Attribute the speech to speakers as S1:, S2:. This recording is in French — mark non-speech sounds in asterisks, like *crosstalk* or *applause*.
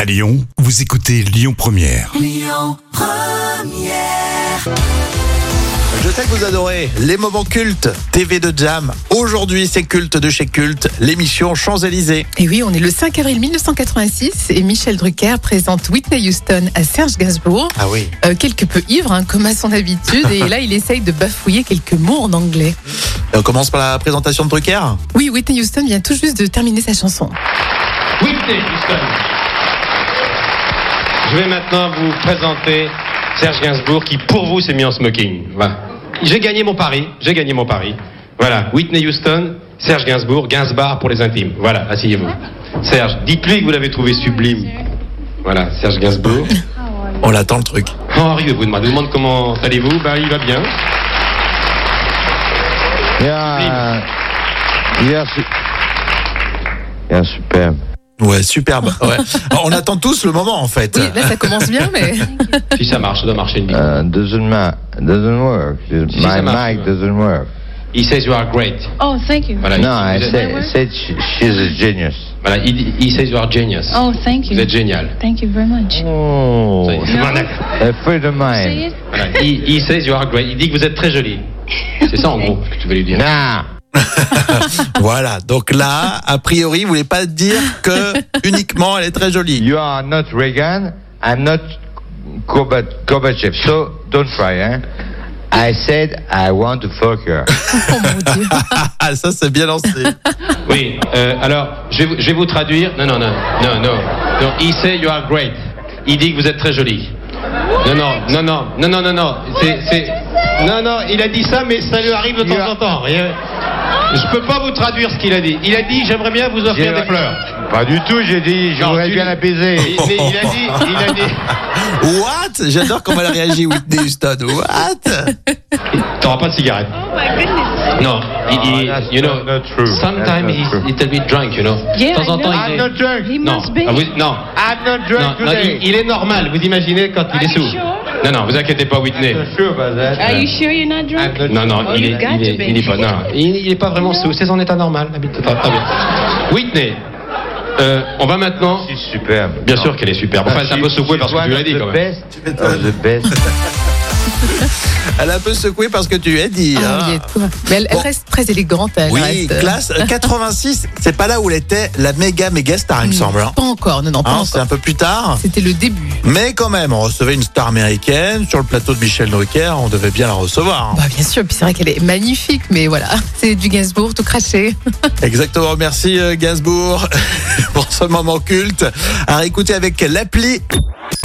S1: À Lyon, vous écoutez Lyon Première.
S2: Je sais que vous adorez les moments cultes TV de Jam. Aujourd'hui, c'est culte de chez culte, l'émission Champs-Élysées.
S3: Et oui, on est le 5 avril 1986 et Michel Drucker présente Whitney Houston à Serge Gainsbourg,
S2: Ah oui.
S3: euh, quelque peu ivre hein, comme à son habitude, et là il essaye de bafouiller quelques mots en anglais.
S2: Et on commence par la présentation de Drucker.
S3: Oui, Whitney Houston vient tout juste de terminer sa chanson.
S4: Whitney Houston. Je vais maintenant vous présenter Serge Gainsbourg qui, pour vous, s'est mis en smoking. Voilà. J'ai gagné mon pari. J'ai gagné mon pari. Voilà. Whitney Houston, Serge Gainsbourg, Gainsbar pour les intimes. Voilà. Asseyez-vous. Serge, dites-lui que vous l'avez trouvé sublime. Voilà. Serge Gainsbourg.
S2: On l'attend le truc.
S4: Henri, vous demande, demande comment allez-vous. Bah, il va bien.
S5: Il y a, il y a su- il y a superbe.
S2: Ouais, superbe. *laughs* Ouais. Alors, on attend tous le moment en fait.
S3: Oui, là ça commence bien, mais
S4: Si ça marche, ça doit marcher une vie.
S5: Uh, doesn't ma- doesn't work.
S4: Si,
S5: My
S4: ça marche.
S5: mic doesn't work.
S4: He says you are great.
S6: Oh, thank you.
S4: Voilà.
S5: No,
S4: il,
S5: I
S4: vous êtes-
S5: said, I said she- she's a genius.
S4: voilà, il dit- he says you are genius.
S6: Oh, thank you.
S4: Vous êtes génial.
S6: Thank you very much.
S5: Oh, *laughs*
S4: C'est pas un acte.
S5: a friend of
S6: Say
S5: mine.
S6: it.
S4: Voilà, il, il says you are great. Il dit que vous êtes très jolie. C'est ça en gros que tu veux lui dire.
S5: Nah.
S2: *laughs* Voilà. Donc là, a priori, vous voulez pas dire *laughs* que uniquement elle est très jolie.
S5: You are not Reagan. I'm not Gorba- Gorbachev. So don't try, eh? I said I want to fuck her.
S3: oh mon dieu.
S2: *laughs* Ah, ça c'est bien lancé.
S4: Oui. euh, alors, je vais, vous- je vais vous traduire. Non, non, non, non, non. Non, he says you are great. Il dit que vous êtes très jolie. Non, non, non, non, non, non, non, non. C'est, c'est- Non, non. Il a dit ça, mais ça lui arrive de temps en temps. Et, euh, Je peux pas vous traduire ce qu'il a dit. Il a dit j'aimerais *laughs* bien vous offrir des fleurs.
S5: Pas du tout, j'ai dit, je
S4: Non,
S5: voudrais
S4: tu-
S5: bien la baiser.
S4: Il- Mais il a dit, il a dit.
S2: What J'adore comment elle réagit Whitney Houston. What
S4: T'auras pas de cigarette.
S6: Oh, my goodness.
S4: Non, il, il-
S5: that's
S4: you know,
S5: not- not true.
S4: sometimes
S5: That's not
S4: he's
S5: true.
S4: a little bit drunk, you know.
S6: Yeah,
S4: de temps en
S6: I
S4: temps,
S6: know.
S4: il
S5: I'm
S4: est...
S5: *laughs* not drunk.
S6: He
S4: non,
S6: must be.
S4: Ah, vous- non.
S5: I'm not
S4: Non,
S5: drunk
S4: non,
S5: today.
S4: il, il est normal, vous imaginez quand il
S6: Are
S4: est
S6: you
S4: sous.
S6: sure?
S4: Non, non, vous inquiétez pas, Whitney.
S5: Not sure about that.
S4: Ah,
S6: Are you sure you're not drunk?
S5: I'm
S4: Non, non,
S6: Oh,
S4: il,
S6: you
S4: est,
S6: got
S4: il,
S6: to
S4: est,
S6: be.
S4: il est pas, non, il, il est pas vraiment sous, c'est son état normal. la bite. Ah, très bien. Whitney, euh, on va maintenant.
S5: C'est superbe.
S4: Bien sûr qu'elle est superbe.
S5: Ah,
S4: Enfin, elle est un peu secouée parce que bah, tu l'as dit quand même.
S2: Elle a un peu secouée parce que tu as dit.
S3: Ah,
S2: hein.
S3: oui, et toi. Mais elle, elle
S2: Bon.
S3: reste très élégante. Elle
S2: Oui,
S3: reste, euh,
S2: classe
S3: *laughs*
S2: 86, c'est pas là où elle était la méga méga star, il me semble. hein.
S3: Pas encore, non, non, Hmm. pas
S2: Hein, c'est
S3: encore.
S2: un peu plus tard.
S3: C'était le début.
S2: Mais quand même, on recevait une star américaine sur le plateau de Michel Drucker, on devait bien la
S3: *laughs*
S2: recevoir. hein.
S3: Bah bien sûr, puis c'est vrai qu'elle est magnifique, mais voilà, *laughs* c'est du Gainsbourg tout craché.
S2: Exactement, merci euh, Gainsbourg *laughs* pour ce moment culte. À réécouter avec l'appli